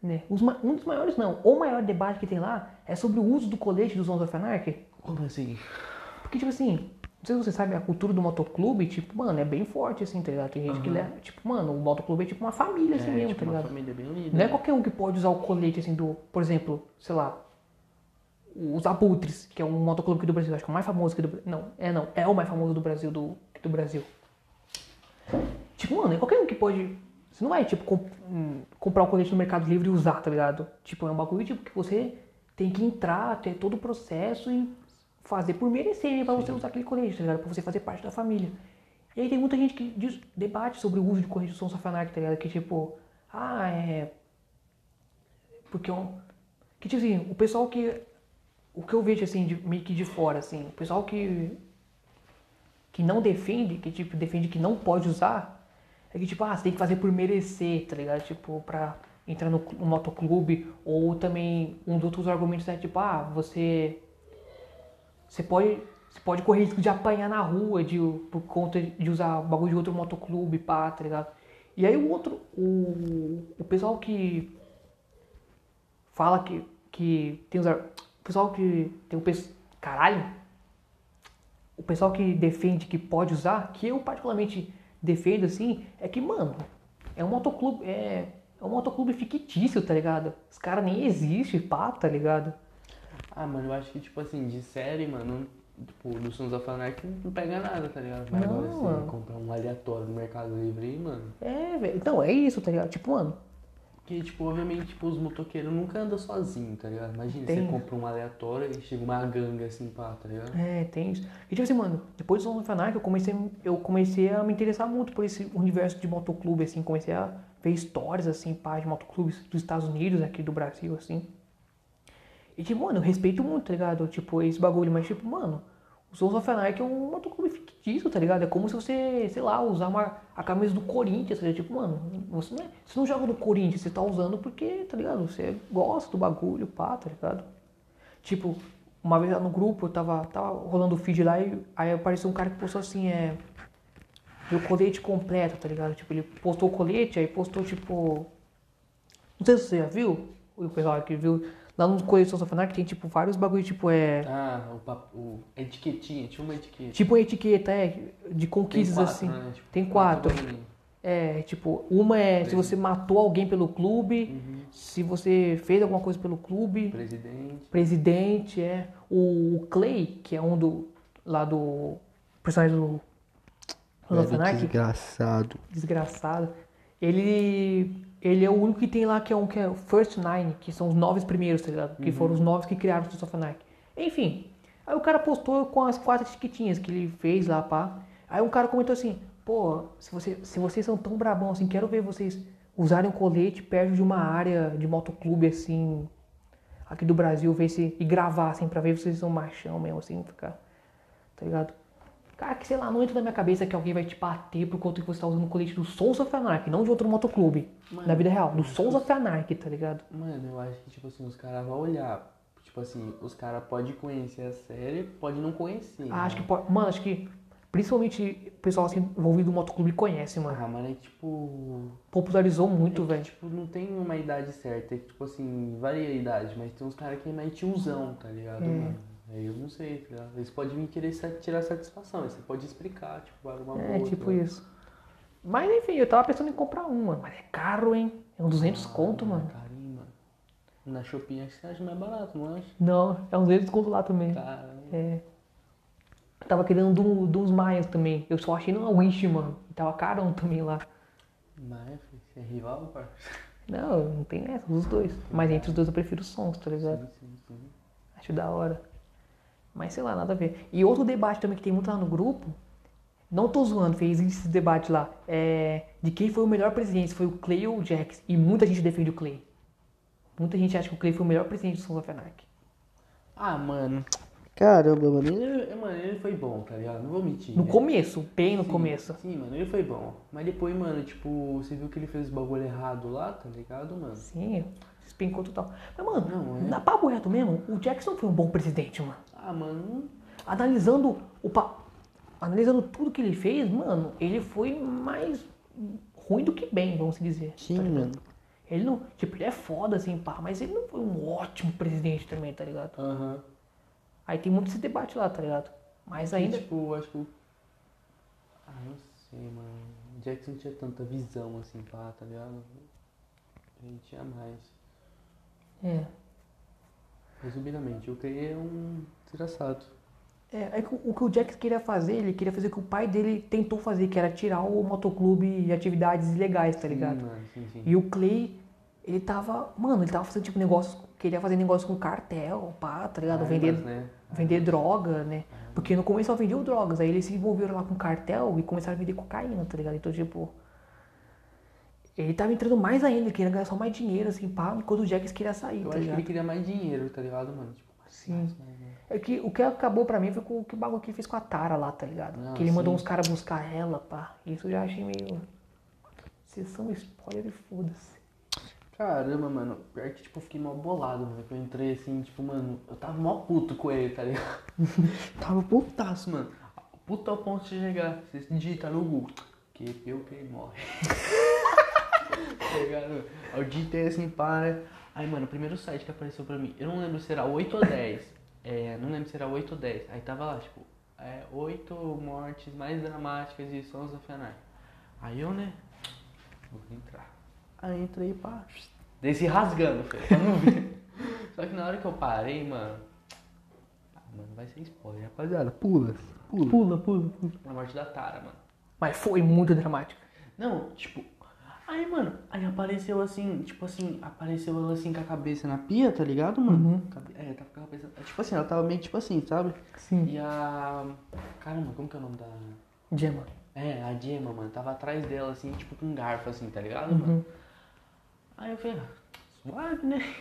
Speaker 2: né? os ma- um dos maiores não, o maior debate que tem lá é sobre o uso do colete dos Sons of Anarchy?
Speaker 1: Como assim?
Speaker 2: Porque, tipo assim, não sei se você sabe, a cultura do motoclube, tipo, mano, é bem forte, assim, tá ligado? Tem gente que leva, tipo, mano, o motoclube é tipo uma família, assim mesmo,
Speaker 1: tipo,
Speaker 2: tá
Speaker 1: uma
Speaker 2: ligado?
Speaker 1: família bem unida.
Speaker 2: Não é
Speaker 1: né?
Speaker 2: qualquer um que pode usar o colete, assim, do, por exemplo, sei lá, os Abutres, que é um motoclube aqui do Brasil, acho que é o mais famoso aqui do Brasil. Não, é não, é o mais famoso do Brasil, do, do Brasil. Tipo, mano, é qualquer um que pode. Você não vai, tipo, comp- hum, comprar o colete no Mercado Livre e usar, tá ligado? Tipo, é um bagulho tipo, que você tem que entrar, ter todo o processo e fazer por merecer, né? Pra você usar aquele colete, tá ligado? Pra você fazer parte da família. E aí tem muita gente que diz- debate sobre o uso de colete do São Safanark, tá ligado? Que tipo, ah, é. Porque é um. Que tipo assim, o pessoal que. O que eu vejo assim, de, meio que de fora, assim, o pessoal que que não defende, que tipo, defende que não pode usar, é que tipo, ah, você tem que fazer por merecer, tá ligado? Tipo, pra entrar no, cl- no motoclube, ou também um dos outros argumentos é tipo, ah, você. Você pode. Você pode correr risco de apanhar na rua de, por conta de usar bagulho de outro motoclube, pá, tá ligado? E aí o outro. O, o pessoal que fala que, que tem os. ar- O pessoal que tem o peso. Caralho! O pessoal que defende que pode usar, que eu particularmente defendo assim, é que, mano, é um motoclube. É, é um motoclube fictício, tá ligado? Os caras nem existem, pá, tá ligado?
Speaker 1: Ah, mano, eu acho que, tipo assim, de série, mano, não- tipo, do Sons of Anarchy não pega nada, tá ligado? Mas agora,
Speaker 2: Não,
Speaker 1: assim,
Speaker 2: mano.
Speaker 1: comprar um aleatório no Mercado Livre aí, mano.
Speaker 2: É, velho. Então, é isso, tá ligado? Tipo, mano,
Speaker 1: Porque, tipo, obviamente, tipo, os motoqueiros nunca andam sozinhos, tá ligado? Imagina,
Speaker 2: Tem.
Speaker 1: você compra um aleatório e chega uma ganga assim, pá, tá ligado?
Speaker 2: É, tem isso. E tipo assim, mano, depois do Sons of Anarchy, eu comecei, eu comecei a me interessar muito por esse universo de motoclube, assim, comecei a ver histórias, assim, pá, de motoclubes dos Estados Unidos, aqui do Brasil, assim. E tipo, mano, eu respeito muito, tá ligado? Tipo, esse bagulho, mas tipo, mano, o O Sons of Anarchy é um motoclube fictício, tá ligado? É como se você, sei lá, usar uma, a camisa do Corinthians, tá ligado? Tipo, mano, você não, é- você não joga no Corinthians, você tá usando porque, tá ligado? Você gosta do bagulho, pá, tá ligado? Tipo, uma vez lá no grupo, eu tava, tava rolando o feed lá e aí apareceu um cara que postou assim, é... Meu colete completo, tá ligado? Tipo, ele postou o colete, aí postou, tipo... Não sei se você já viu, o pessoal que viu... Lá no Colete Sons of Anarchy tem, tipo, vários bagulhos, tipo, é...
Speaker 1: Ah, o, papo, o a etiquetinha, tinha uma etiqueta.
Speaker 2: Tipo uma etiqueta, é, de
Speaker 1: Tem
Speaker 2: conquistas
Speaker 1: quatro,
Speaker 2: assim.
Speaker 1: né? Tipo,
Speaker 2: Tem quatro.
Speaker 1: bolinhas.
Speaker 2: É, tipo, uma é se
Speaker 1: Tem.
Speaker 2: você matou alguém pelo clube,
Speaker 1: Uhum.
Speaker 2: se você fez alguma coisa pelo clube,
Speaker 1: Presidente.
Speaker 2: presidente, é. O Clay, que é um do. lá do. personagem do. do Love Anarchy,
Speaker 3: Desgraçado.
Speaker 2: desgraçado. Ele. Ele é o único que tem lá que é um que é o First Nine, que são os nove primeiros, tá ligado? Que foram os nove que criaram o Sons of Anarchy. Enfim, aí o cara postou com as quatro etiquetinhas que ele fez lá, pá. Aí um cara comentou assim: pô, se, você, se vocês são tão brabão assim, quero ver vocês usarem um colete perto de uma área de motoclube assim, aqui do Brasil, ver se. e gravar assim, pra ver se vocês são machão mesmo, assim, ficar. tá ligado? Cara, que sei lá, não entra na minha cabeça que alguém vai te bater por conta que você tá usando o colete do Sons of Anarchy, não de outro motoclube.
Speaker 1: Mano,
Speaker 2: na vida real, do Sons of Anarchy, tá ligado?
Speaker 1: Mano, eu acho que, tipo assim, os caras vão olhar. Tipo assim, os caras podem conhecer a série, pode não conhecer.
Speaker 2: Ah, acho que
Speaker 1: né?
Speaker 2: pode. Mano, acho que principalmente o pessoal assim envolvido no motoclube conhece, mano.
Speaker 1: Ah, mano, é que, tipo.
Speaker 2: Popularizou muito,
Speaker 1: é que,
Speaker 2: velho.
Speaker 1: Tipo, não tem uma idade certa. É que, tipo assim, varia a idade, mas tem uns caras que é mais tiozão, tá ligado,
Speaker 2: Hum.
Speaker 1: mano? Aí eu não sei, tá ligado? Eles podem me querer sa- tirar satisfação, aí você pode explicar, tipo, alguma
Speaker 2: É,
Speaker 1: coisa.
Speaker 2: tipo isso. Mas enfim, eu tava pensando em comprar um, mano. Mas é caro, hein? É uns 200 conto, mano.
Speaker 1: Carinho, Ah, mano. Na Shopping acho que você acha mais barato, não acha?
Speaker 2: Não, é uns 200 conto lá também.
Speaker 1: Caramba.
Speaker 2: É. Eu tava querendo de um- de uns Maias também. Eu só achei numa Wish, mano. E tava carão também lá.
Speaker 1: Mas, filho, você é rival, parça?
Speaker 2: Não, não tem essa, os dois. Mas entre os dois eu prefiro os sons, tá ligado?
Speaker 1: Sim, sim, sim.
Speaker 2: Acho da hora. Mas sei lá, nada a ver. E outro debate também que tem muito lá no grupo, não tô zoando, fez esse debate lá, é de quem foi o melhor presidente, se foi o Clay ou o Jax. E muita gente defende o Clay. Muita gente acha que o Clay foi o melhor presidente do Sons of Anarchy.
Speaker 1: Ah, mano.
Speaker 3: Caramba, mano. ele-
Speaker 1: Ele, mano, ele foi bom, tá ligado? Não vou mentir.
Speaker 2: No
Speaker 1: né?
Speaker 2: começo, bem no
Speaker 1: Sim,
Speaker 2: começo.
Speaker 1: Sim, mano, ele foi bom. Mas depois, mano, tipo, você viu que ele fez o bagulho errado lá, tá ligado, mano?
Speaker 2: Sim, espincou total. Mas, mano,
Speaker 1: Não, é.
Speaker 2: na papo reto mesmo, o Jax não foi um bom presidente, mano.
Speaker 1: Ah, mano,
Speaker 2: analisando o pa- analisando tudo que ele fez, mano, ele foi mais ruim do que bem, vamos dizer.
Speaker 3: Sim,
Speaker 2: tá ligado?
Speaker 3: mano.
Speaker 2: Ele não, tipo, ele é foda assim, pá, mas ele não foi um ótimo presidente também, tá ligado?
Speaker 1: aham.
Speaker 2: Aí tem muito esse debate lá, tá ligado? Mas
Speaker 1: E,
Speaker 2: ainda
Speaker 1: tipo, acho que. o- Ah, não sei, mano. O Jackson não tinha tanta visão assim, pá, tá ligado? Ele tinha mais.
Speaker 2: é,
Speaker 1: Resumidamente, o Clay é um desgraçado.
Speaker 2: é, é que o, o que o Jack queria fazer, ele queria fazer o que o pai dele tentou fazer, que era tirar o motoclube de atividades ilegais, tá ligado?
Speaker 1: Sim, mano, sim, sim.
Speaker 2: E o Clay, ele tava, mano, ele tava fazendo tipo negócios, queria fazer negócio com cartel, pá, tá ligado?
Speaker 1: Armas,
Speaker 2: Vender
Speaker 1: né?
Speaker 2: vender droga, né? Porque no começo só vendiam drogas, aí eles se envolveram lá com cartel e começaram a vender cocaína, tá ligado? Então, tipo. Ele tava entrando mais ainda, queria ganhar só mais dinheiro, assim, pá, enquanto o Jax queria sair,
Speaker 1: Eu
Speaker 2: tá
Speaker 1: acho que
Speaker 2: ligado?
Speaker 1: ele queria mais dinheiro, tá ligado, mano? Tipo, mais,
Speaker 2: Sim.
Speaker 1: mais, mais, mais.
Speaker 2: É que o que acabou pra mim foi com o que o bagulho que ele fez com a Tara lá, tá ligado?
Speaker 1: Ah,
Speaker 2: que ele mandou
Speaker 1: sim.
Speaker 2: uns caras buscar ela, pá. Isso eu já achei meio. Vocês são spoiler e foda-se.
Speaker 1: Caramba, mano, pior que tipo, eu fiquei mó bolado, mano. Que eu entrei assim, tipo, mano, eu tava mó puto com ele, tá ligado? [laughs] tava putaço, mano. Puto ao ponto de chegar, você digitar no Google. Que eu que morre. [laughs] tá ligado? Aí Eu digitei assim, para. Aí, mano, o primeiro site que apareceu pra mim, eu não lembro se era 8 ou 10. É, não lembro se era 8 ou 10. Aí tava lá, tipo, é, 8 mortes mais dramáticas de Sons of Anarchy. Aí eu, né? Vou entrar. Aí entrei e pá. Desci rasgando, filho, pra não ver. [laughs] Só que na hora que eu parei, mano. Ah, mano, vai ser spoiler, rapaziada.
Speaker 3: Pula, pula.
Speaker 2: Pula, pula, pula.
Speaker 1: A morte da Tara, mano.
Speaker 2: Mas foi muito dramático.
Speaker 1: Não, tipo. Aí, mano, aí apareceu assim, tipo assim, apareceu ela assim com a cabeça na pia, tá ligado, mano? Cabe- É, tava com a cabeça. Tipo assim, ela tava meio tipo assim, sabe?
Speaker 2: Sim.
Speaker 1: E a. Caramba, como que é o nome da.
Speaker 2: Gemma.
Speaker 1: É, a Gemma, mano, tava atrás dela, assim, tipo com um garfo, assim, tá ligado,
Speaker 2: Uhum.
Speaker 1: mano? Aí eu falei, ah, suave, né?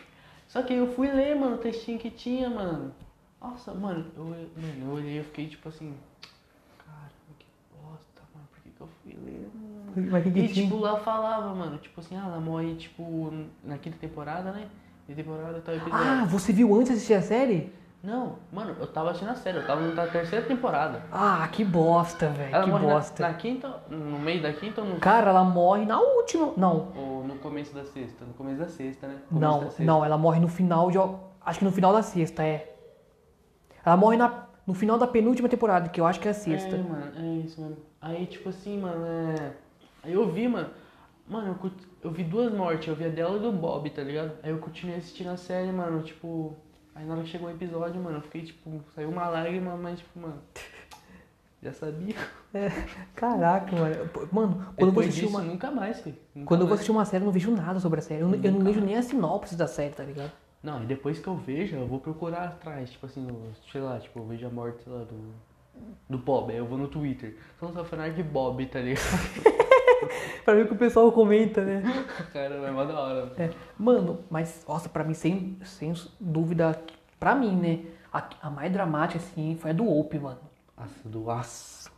Speaker 1: Só que aí eu fui ler, mano, o textinho que tinha, mano. Nossa, mano, eu, mano, eu olhei e fiquei tipo assim. Caramba, que bosta, mano. Por que, que eu fui ler, mano?
Speaker 2: Mas que
Speaker 1: E
Speaker 2: que
Speaker 1: tipo,
Speaker 2: tinha?
Speaker 1: lá falava, mano, tipo assim, ah, ela morre, tipo, na quinta temporada, né? De temporada tal episódio.
Speaker 2: Ah, você viu antes de assistir a série?
Speaker 1: Não, mano, eu tava assistindo a série, eu tava na terceira temporada.
Speaker 2: Ah, que bosta, velho.
Speaker 1: Ela
Speaker 2: Que
Speaker 1: morre na-
Speaker 2: bosta.
Speaker 1: Na, quinta, no meio da quinta ou no,
Speaker 2: Cara, ela morre na última. Não,
Speaker 1: ou no começo da sexta? No começo da sexta, né? Começo da
Speaker 2: não,
Speaker 1: sexta.
Speaker 2: não. Ela morre no final de. Acho que no final da sexta, é. Ela morre na- no final da penúltima temporada, que eu acho que é a sexta.
Speaker 1: É, mano, é isso mesmo. Aí, tipo assim, mano, é... Aí eu vi, mano... Mano, eu, cont- eu vi duas mortes, eu vi a dela e do Bob, tá ligado? Aí eu continuei assistindo a série, mano, tipo... Aí na hora que chegou o episódio, mano, eu fiquei, tipo... Saiu uma lágrima, mas, tipo, mano... [laughs] Já sabia.
Speaker 2: É, Caraca, mano. Pô, Mano, quando eu vou
Speaker 1: Depois
Speaker 2: assistir
Speaker 1: disso,
Speaker 2: uma.
Speaker 1: nunca mais, filho. Nunca
Speaker 2: Quando eu vou
Speaker 1: mais.
Speaker 2: assistir uma série, eu não vejo nada sobre a série. Eu, eu não vejo nem a sinopse da série, tá ligado?
Speaker 1: Não, e depois que eu vejo, eu vou procurar atrás, tipo assim, no, sei lá, tipo, eu vejo a morte, sei lá, do... Do Bob, aí eu vou no Twitter. São só fanart de Bob, tá ligado? [laughs]
Speaker 2: Pra ver o que o pessoal comenta, né?
Speaker 1: Caramba, é mó da hora.
Speaker 2: É, mano, mas, nossa, pra mim, sem, sem dúvida, pra mim, né? A, a mais dramática, assim, foi a do Ope, mano.
Speaker 1: Nossa, do aço.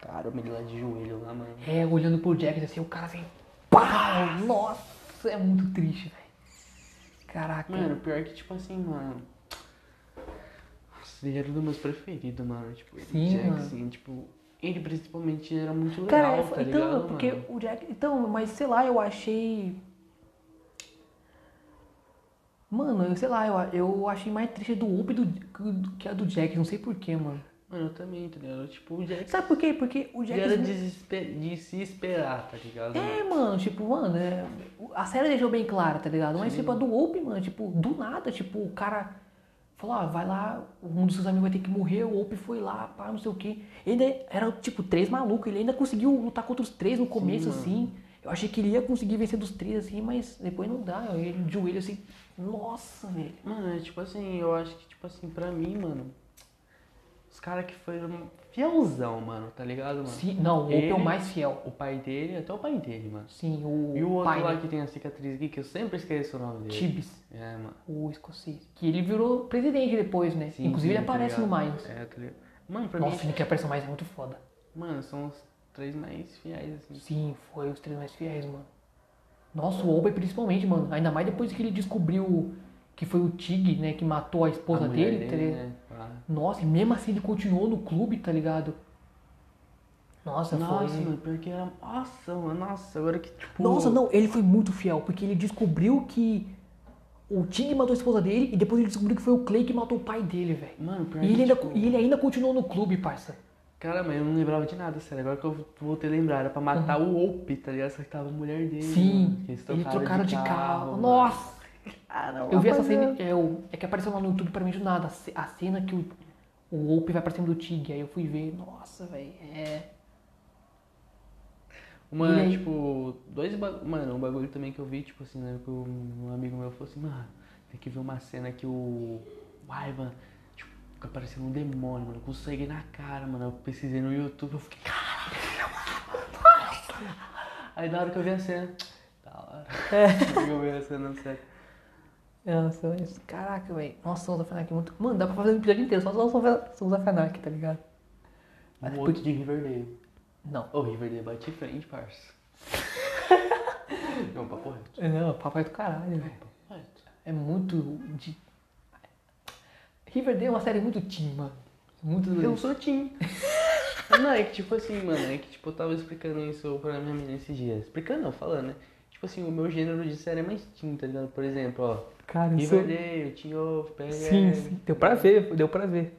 Speaker 1: Cara, eu me lá de joelho lá, mano.
Speaker 2: É, olhando pro Jack, assim, o cara vem. Pá! Nossa, é muito triste, velho. Caraca.
Speaker 1: Mano, pior que, tipo assim, mano. Nossa, ele era um dos meus preferidos, mano. Tipo, ele
Speaker 2: Sim,
Speaker 1: Jack,
Speaker 2: mano.
Speaker 1: assim, tipo. Ele principalmente era muito legal,
Speaker 2: Cara,
Speaker 1: tá
Speaker 2: é, então,
Speaker 1: ligado?
Speaker 2: porque
Speaker 1: mano?
Speaker 2: o Jack. Então, mas sei lá, eu achei. Mano, eu sei lá, eu, eu achei mais triste a do Up do, do- que a do Jack, não sei porquê, mano.
Speaker 1: Mano, eu também, tá ligado? Tipo, o Jack.
Speaker 2: Sabe por quê? Porque o
Speaker 1: Ele
Speaker 2: Jack.
Speaker 1: era de, espe- de se esperar, tá ligado?
Speaker 2: É, mano, tipo, mano, é- a série deixou bem claro, tá ligado? Mas, tipo, a do Ope, mano, tipo, do nada, tipo, o cara falou, ó, vai lá, um dos seus amigos vai ter que morrer, o Ope foi lá, pá, não sei o quê. Ele ainda era, tipo, três malucos, ele ainda conseguiu lutar contra os três no começo,
Speaker 1: mano.
Speaker 2: assim. Eu achei que ele ia conseguir vencer dos três, assim, mas depois não dá, ele de joelho, assim, nossa, velho.
Speaker 1: Mano, é tipo assim, eu acho que, tipo assim, pra mim, mano. Os caras que foram fielzão, mano, tá ligado, mano?
Speaker 2: Sim, não, o Ope é o
Speaker 1: Ele-
Speaker 2: mais fiel.
Speaker 1: O pai dele, até o pai dele, mano.
Speaker 2: Sim, o,
Speaker 1: E o outro
Speaker 2: pai,
Speaker 1: lá
Speaker 2: né?
Speaker 1: que tem a cicatriz aqui, que eu sempre esqueço o nome dele.
Speaker 2: Tibbs,
Speaker 1: É, mano.
Speaker 2: o escocês. Que ele virou presidente depois, né?
Speaker 1: Sim,
Speaker 2: Inclusive
Speaker 1: sim,
Speaker 2: ele
Speaker 1: tá
Speaker 2: aparece no
Speaker 1: ligado?
Speaker 2: Minds.
Speaker 1: É, tá ligado? Mano, pra
Speaker 2: Nossa,
Speaker 1: mim,
Speaker 2: ele que aparece mais é muito foda.
Speaker 1: mano, são os três mais fiéis, assim.
Speaker 2: Sim, foi os três mais fiéis, mano. Nossa, o Ober principalmente, mano. Ainda mais depois que ele descobriu que foi o Tig, né, que matou a esposa
Speaker 1: A mulher
Speaker 2: dele, tá ligado?
Speaker 1: né? Ah.
Speaker 2: Nossa, e mesmo assim ele continuou no clube, tá ligado? Nossa,
Speaker 1: Nossa,
Speaker 2: foi.
Speaker 1: mano, porque era. Nossa, mano, nossa, agora que tipo.
Speaker 2: Nossa, não, ele foi muito fiel, porque ele descobriu que o Tig matou a esposa dele e depois ele descobriu que foi o Clay que matou o pai dele, velho.
Speaker 1: Mano, pior
Speaker 2: E
Speaker 1: que,
Speaker 2: ele, ainda,
Speaker 1: tipo,
Speaker 2: e ele ainda continuou no clube, parça.
Speaker 1: Caramba, eu não lembrava de nada, sério. Agora que eu voltei a lembrar, era é pra matar o Ope, tá ligado? Só que tava a mulher dele.
Speaker 2: Sim,
Speaker 1: mano, que eles
Speaker 2: eles trocaram de carro.
Speaker 1: mano. Ah,
Speaker 2: Nossa!
Speaker 1: Caramba,
Speaker 2: Eu vi essa
Speaker 1: rapaziada.
Speaker 2: cena, é, o- é que apareceu lá no YouTube pra mim do nada, a ce- a cena que o, o Ope vai pra cima do Tig, aí eu fui ver, nossa, velho, é... E
Speaker 1: Uma,
Speaker 2: aí?
Speaker 1: tipo, dois bagulho. Mano, um bagulho também que eu vi, tipo assim, né? Que um um amigo meu falou assim, mano, tem que ver uma cena que o. O Ivan, tipo, fica parecendo um demônio, mano, com sangue na cara, mano. Eu pesquisei no YouTube, eu fiquei, caralho, é um Aí na hora que eu vi a cena, da
Speaker 2: [laughs]
Speaker 1: hora.
Speaker 2: É.
Speaker 1: Na hora que eu vi a cena, sério.
Speaker 2: Nossa, mas- caraca, velho, nossa, Sousa Fanac é muito... Mano, dá pra fazer um episódio inteiro só Sousa Sousa Fanac, tá ligado? Mas
Speaker 1: Um
Speaker 2: por-
Speaker 1: outro de Riverdale.
Speaker 2: Não.
Speaker 1: Ô, Riverdale bate de frente,
Speaker 2: [laughs]
Speaker 1: parça. Não, papo reto.
Speaker 2: É, Não, papai do caralho, velho.
Speaker 1: Papo reto.
Speaker 2: É muito... De... Riverdale é uma série muito teen, mano. Muito...
Speaker 1: Eu sou Tim. [laughs] não, é que tipo assim, mano, é que tipo, eu tava explicando isso pra minha menina esses dias. Explicando não, falando, né? Tipo assim, o meu gênero de série é mais Tim, tá ligado? Por exemplo, ó.
Speaker 2: Cara, eu sou...
Speaker 1: Riverdale, Tim of Pen.
Speaker 2: Sim, sim, deu pra ver, deu pra ver.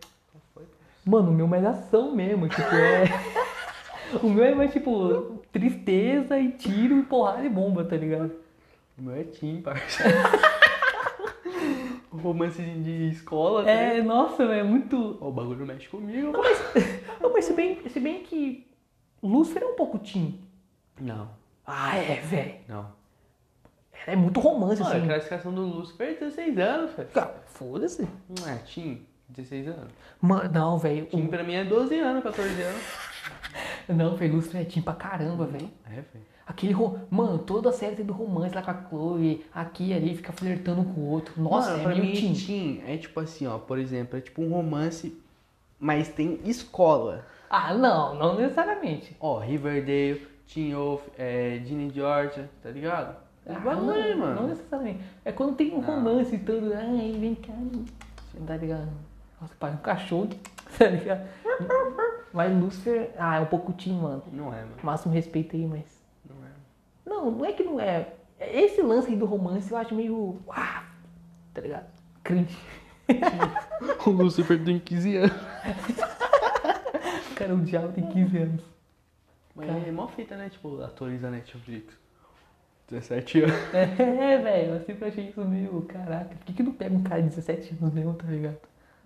Speaker 2: Mano, o meu é mais ação mesmo, tipo, é... [laughs] o meu é mais, tipo, tristeza e tiro e porrada e bomba, tá ligado?
Speaker 1: O meu é Tim, [laughs] parça. o romance de, de escola, tá ligado?
Speaker 2: É, nossa, velho, é muito...
Speaker 1: Ó, o bagulho mexe comigo.
Speaker 2: Não, mas, não, mas se, bem, se bem que Lúcifer é um pouco teen.
Speaker 1: Não,
Speaker 2: Ah, é, velho.
Speaker 1: não.
Speaker 2: É muito romance,
Speaker 1: Mano, a
Speaker 2: assim.
Speaker 1: classificação do Lucifer, 16 anos, velho.
Speaker 2: Cara, foda-se.
Speaker 1: Não é Tim, 16 anos.
Speaker 2: Mano, não, velho.
Speaker 1: Tim pra mim é 12 anos, 14 anos.
Speaker 2: o- Não, velho, Lúcifer é teen pra caramba, velho.
Speaker 1: É, velho.
Speaker 2: Aquele ro- Mano, toda a série tem do romance lá com a Chloe, aqui e ali, fica flertando com o outro. Nossa,
Speaker 1: Mano,
Speaker 2: é
Speaker 1: pra
Speaker 2: meio
Speaker 1: mim,
Speaker 2: teen.
Speaker 1: teen é tipo assim, ó, por exemplo, é tipo um romance, mas tem escola.
Speaker 2: Ah, não, não necessariamente.
Speaker 1: Ó, Riverdale, Teen Wolf, é, Ginny Georgia, tá ligado? É
Speaker 2: Ah,
Speaker 1: bagulho,
Speaker 2: não, Não
Speaker 1: mano. Ah.
Speaker 2: necessariamente. É quando tem um romance e tudo. Ai, vem cá. Tá ligado? Nossa, pai, um cachorro. [laughs] Tá ligado? Mas Lucifer. Ah, é um pouco teen, mano.
Speaker 1: Não é, mano.
Speaker 2: Máximo respeito aí, mas.
Speaker 1: Não é.
Speaker 2: Não, não é que não é. Esse lance aí do romance eu acho meio. Ah, tá ligado? Cringe.
Speaker 1: O Lucifer tem 15 anos.
Speaker 2: Cara, o diabo tem 15 anos.
Speaker 1: Mas é mó fita, né? Tipo, atores da Netflix. 17 anos.
Speaker 2: É, é, [laughs] velho, eu sempre achei isso meio. Caraca, por que, que não pega um cara de 17 anos mesmo, tá ligado?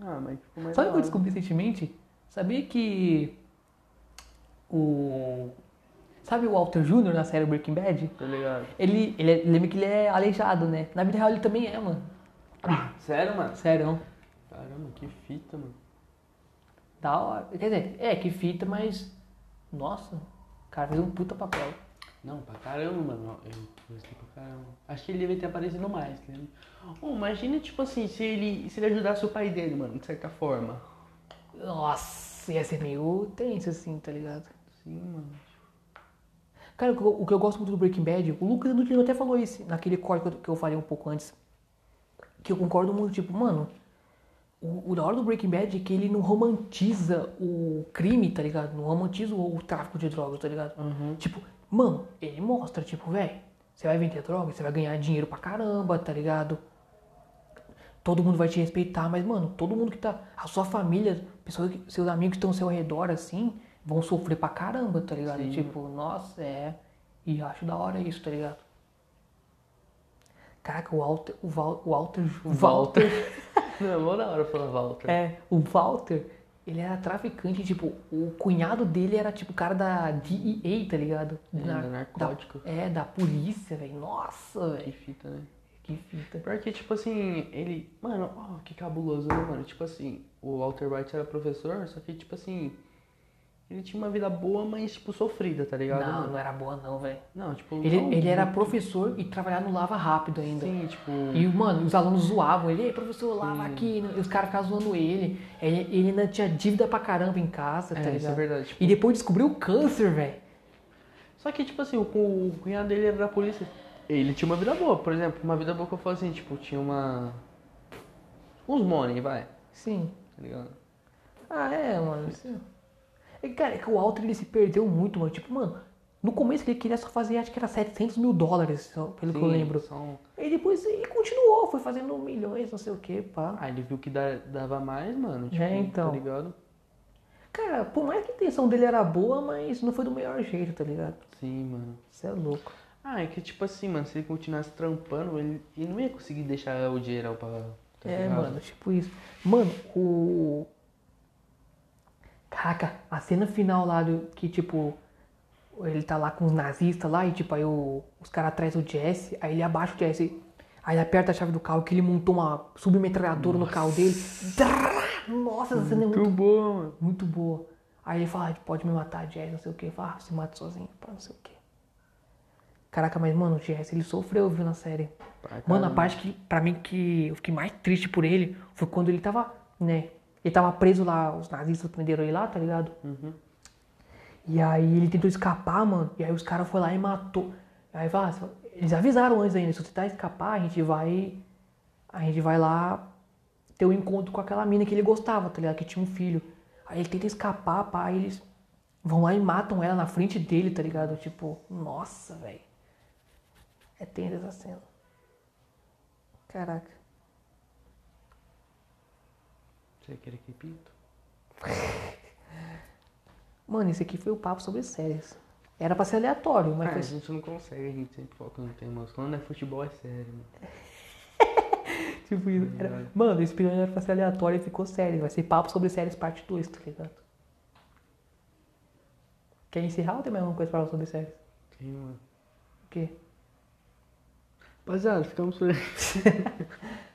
Speaker 1: Ah, mas tipo, mais
Speaker 2: Sabe
Speaker 1: da
Speaker 2: o que eu
Speaker 1: hora.
Speaker 2: descobri recentemente? Sabia que o. Sabe o Walter Jr. na série Breaking Bad?
Speaker 1: Tá ligado?
Speaker 2: Ele, ele é, lembra que ele é aleijado, né? Na vida real ele também é, mano.
Speaker 1: Sério, mano?
Speaker 2: Sério.
Speaker 1: Caramba, que fita, mano.
Speaker 2: Da hora. Quer dizer, é que fita, mas. Nossa, o cara fez um puta papel.
Speaker 1: Não, pra caramba, mano. Eu gostei pra caramba. Acho que ele devia ter aparecido mais, tá ligado? Ô, imagina, tipo assim, se ele, se ele ajudasse o pai dele, mano, de certa forma.
Speaker 2: Nossa, ia ser meio tenso assim, tá ligado?
Speaker 1: Sim, mano.
Speaker 2: Cara, o que eu- o que eu gosto muito do Breaking Bad, o Lucas Nutino até falou isso naquele corte que eu- que eu falei um pouco antes. Que eu concordo muito, tipo, mano, o, o da hora do Breaking Bad é que ele não romantiza o crime, tá ligado? Não romantiza o, o tráfico de drogas, tá ligado? Tipo, mano, ele mostra, tipo, velho, você vai vender droga, você vai ganhar dinheiro pra caramba, tá ligado? Todo mundo vai te respeitar, mas, mano, todo mundo que tá. A sua família, pessoas, que- seus amigos que estão ao seu redor, assim, vão sofrer pra caramba, tá ligado? Tipo, nossa, é. E eu acho da hora isso, tá ligado? Caraca, o Walter. O, Val, o Walter. O
Speaker 1: Não, é mó da hora falar Walter.
Speaker 2: é, o Walter, ele era traficante, tipo, o cunhado dele era tipo o cara da DEA, tá ligado?
Speaker 1: Ele era narcótico.
Speaker 2: da- é, da polícia, velho. Nossa,
Speaker 1: Que
Speaker 2: velho.
Speaker 1: fita, né?
Speaker 2: Que fita.
Speaker 1: Porque, tipo assim, ele. Mano, ó, que cabuloso, né, mano? Tipo assim, o Walter White era professor, só que, tipo assim. Ele tinha uma vida boa, mas, tipo, sofrida, tá ligado?
Speaker 2: Não,
Speaker 1: mano?
Speaker 2: não era boa não, velho.
Speaker 1: Não, tipo.
Speaker 2: Ele,
Speaker 1: não-
Speaker 2: ele era professor e trabalhava no Lava Rápido ainda.
Speaker 1: Sim, tipo.
Speaker 2: E, mano, os alunos zoavam ele, Ei, professor, lava aqui. E os caras ficavam zoando ele. ele. Ele ainda tinha dívida pra caramba em casa, tá
Speaker 1: É,
Speaker 2: ligado?
Speaker 1: isso é verdade. Tipo,
Speaker 2: E depois descobriu o câncer, velho.
Speaker 1: Só que, tipo assim, o, cu- o cunhado dele era da polícia. Ele tinha uma vida boa, por exemplo, uma vida boa que eu falo assim, tipo, tinha uma. Uns money, vai.
Speaker 2: Sim.
Speaker 1: Tá ligado?
Speaker 2: Ah, é, mano. isso- É, que, cara, é que o Walter ele se perdeu muito, mano. Tipo, mano, no começo ele queria só fazer, acho que era 700 mil dólares, só, pelo que eu
Speaker 1: Sim,
Speaker 2: lembro.
Speaker 1: só um-
Speaker 2: E depois ele continuou, foi fazendo milhões, não sei o que, pá.
Speaker 1: Ah, ele viu que da- dava mais, mano. Tipo,
Speaker 2: É, então.
Speaker 1: Tá ligado?
Speaker 2: Cara, por mais que a intenção dele era boa, mas não foi do melhor jeito, tá ligado?
Speaker 1: Sim, mano.
Speaker 2: Isso é louco.
Speaker 1: Ah, é que, tipo assim, mano, se ele continuasse trampando, ele, ele não ia conseguir deixar o dinheirão pra. tá
Speaker 2: é,
Speaker 1: ligado?
Speaker 2: mano, tipo isso. Mano, o. Caraca, a cena final lá do que, tipo, ele tá lá com os nazistas lá e, tipo, aí o- os caras atrás do Jesse, aí ele abaixa o Jesse, aí ele aperta a chave do carro que ele montou uma submetralhadora no carro dele. Drrr! Nossa, essa cena é muito
Speaker 1: Muito bom, mano.
Speaker 2: muito boa. Aí ele fala, ah, pode me matar, Jess, não sei o que. Fala, ah, você mata sozinho, pá, não sei o que. Caraca, mas mano, o Jess, ele sofreu, viu, na série.
Speaker 1: Pra
Speaker 2: Mano, a
Speaker 1: caramba.
Speaker 2: parte que, pra mim, que eu fiquei mais triste por ele foi quando ele tava, né? Ele tava preso lá, os nazistas prenderam ele lá, tá ligado? E aí ele tentou escapar, mano. E aí os caras foram lá e matou. Aí fala, ah, eles avisaram antes ainda, se você tentar escapar, a gente vai. A gente vai lá ter um encontro com aquela mina que ele gostava, tá ligado? Que tinha um filho. Aí ele tenta escapar, pá, aí eles vão lá e matam ela na frente dele, tá ligado? Tipo, nossa, velho. É tensa essa cena. Caraca.
Speaker 1: Você quer que pinto?
Speaker 2: Mano, esse aqui foi o papo sobre séries. Era pra ser aleatório, mas
Speaker 1: Ah, a
Speaker 2: foi...
Speaker 1: gente não consegue, a gente sempre foca no tema. Quando é futebol é sério, mano.
Speaker 2: Tipo, isso, era... Mano, esse piranha era pra ser aleatório e ficou sério. Vai ser papo sobre séries parte 2, tá ligado? Quer encerrar ou tem mais alguma coisa pra falar sobre séries?
Speaker 1: Tem, mano.
Speaker 2: O quê?
Speaker 1: Rapaziada, ficamos por aí.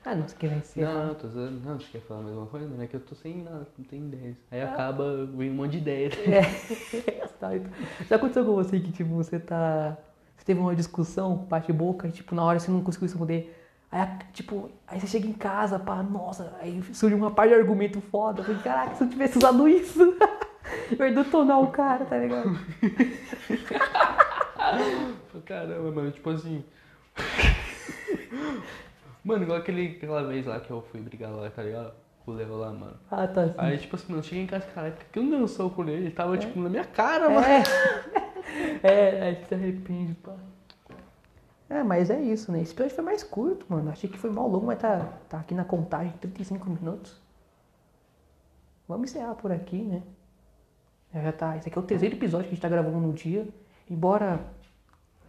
Speaker 2: Ah, não, você quer encerrar.
Speaker 1: Não, não, tô zoando. Não, você quer falar mais alguma coisa? Não é que eu tô sem nada, não tenho ideias. Aí
Speaker 2: Ah. [laughs]
Speaker 1: acaba, vem um monte de ideia.
Speaker 2: É. Tá, então. Já aconteceu com você que, tipo, você tá teve uma discussão, bate boca, e tipo, na hora você não conseguiu responder. Aí, a- tipo, aí você chega em casa, pá, nossa, aí surge uma par de argumento foda. Eu falei, caraca, se eu tivesse usado isso, [laughs] eu ia detonar o cara, tá ligado?
Speaker 1: Caramba, mano, tipo assim. [laughs] mano, igual aquele, aquela vez lá que eu fui brigar lá, tá ligado? Com o Leo lá, mano.
Speaker 2: Ah, tá. assim.
Speaker 1: Aí, tipo assim, mano, eu cheguei em casa, caralho, por que eu não dei um soco nele? Ele tava, tipo, na minha cara, mano.
Speaker 2: É, [laughs] é, aí você se arrepende, pá. É, mas é isso, né? Esse episódio foi mais curto, mano. Achei que foi mal longo, mas tá, tá aqui na contagem, 35 minutos. Vamos encerrar por aqui, né? É, Já tá. Esse aqui é o terceiro episódio que a gente tá gravando no dia. Embora,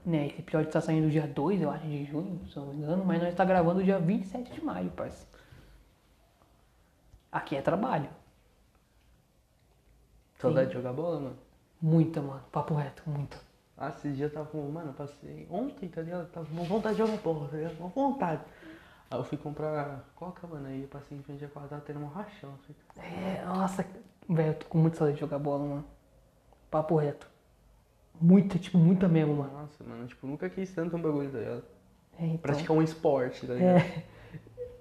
Speaker 2: né, esse episódio tá saindo dia 2, eu acho, de junho, se eu não me engano, mas nós tá gravando dia 27 de maio, parceiro. Aqui é trabalho.
Speaker 1: Saudade de jogar bola, mano.
Speaker 2: Muita, mano. Papo reto, muita.
Speaker 1: Ah, esses dias eu tava com. Mano, eu passei ontem, tá ligado? Tava com vontade de jogar bola, tá ligado? Com vontade. Aí eu fui comprar coca, mano, aí eu passei em frente à quadra, tava tendo um rachão. assim.
Speaker 2: É, nossa, velho, eu tô com muita saudade de jogar bola, mano. Papo reto. Muita, tipo, muita mesmo, mano.
Speaker 1: Nossa, mano, tipo, nunca quis tanto um bagulho, tá ligado?
Speaker 2: É, então.
Speaker 1: Praticar um esporte, tá ligado?
Speaker 2: É.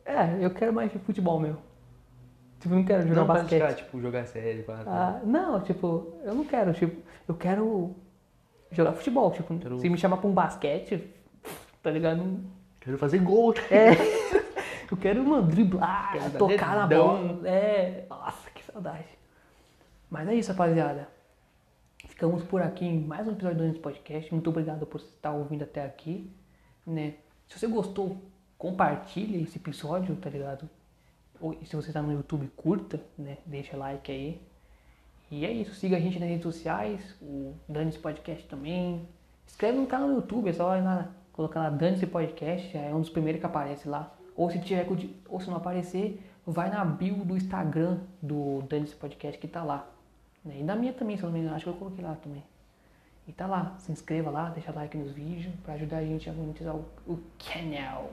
Speaker 2: É, eu quero mais futebol mesmo. Tipo, eu não quero jogar
Speaker 1: Não
Speaker 2: basquete.
Speaker 1: praticar, tipo, jogar sério, pá, tá
Speaker 2: Ah, não, tipo, eu não quero, tipo, eu quero jogar futebol, tipo,
Speaker 1: Quero-
Speaker 2: se me chamar pra um basquete, tá ligado? Não-
Speaker 1: Quero fazer gol.
Speaker 2: É. [laughs] Eu quero, mano, driblar,
Speaker 1: Quero dar
Speaker 2: tocar na
Speaker 1: dedão.
Speaker 2: bola. É. Nossa, que saudade. Mas é isso, rapaziada. Ficamos por aqui em mais um episódio do Antes Podcast. Muito obrigado por estar ouvindo até aqui. Né? Se você gostou, compartilha esse episódio, tá ligado? Ou, e se você tá no YouTube, curta, né? Deixa like aí. E é isso, siga a gente nas redes sociais, o Dane-se Podcast também. Inscreve no canal no YouTube, é só ir lá, colocar lá Dane-se Podcast, é um dos primeiros que aparece lá. Ou se, tiver, com di- ou se não aparecer, vai na bio do Instagram do Dane-se Podcast que tá lá. né? E na minha também, se eu não me engano, acho que eu coloquei lá também. E tá lá, se inscreva lá, deixa like nos vídeos pra ajudar a gente a monetizar o, o canal.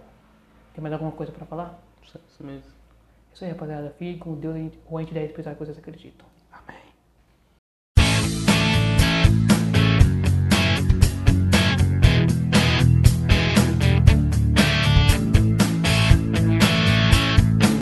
Speaker 2: Tem mais alguma coisa pra falar?
Speaker 1: Isso mesmo.
Speaker 2: É Isso aí, rapaziada. Fique com Deus ou a entidade especial que vocês acreditam.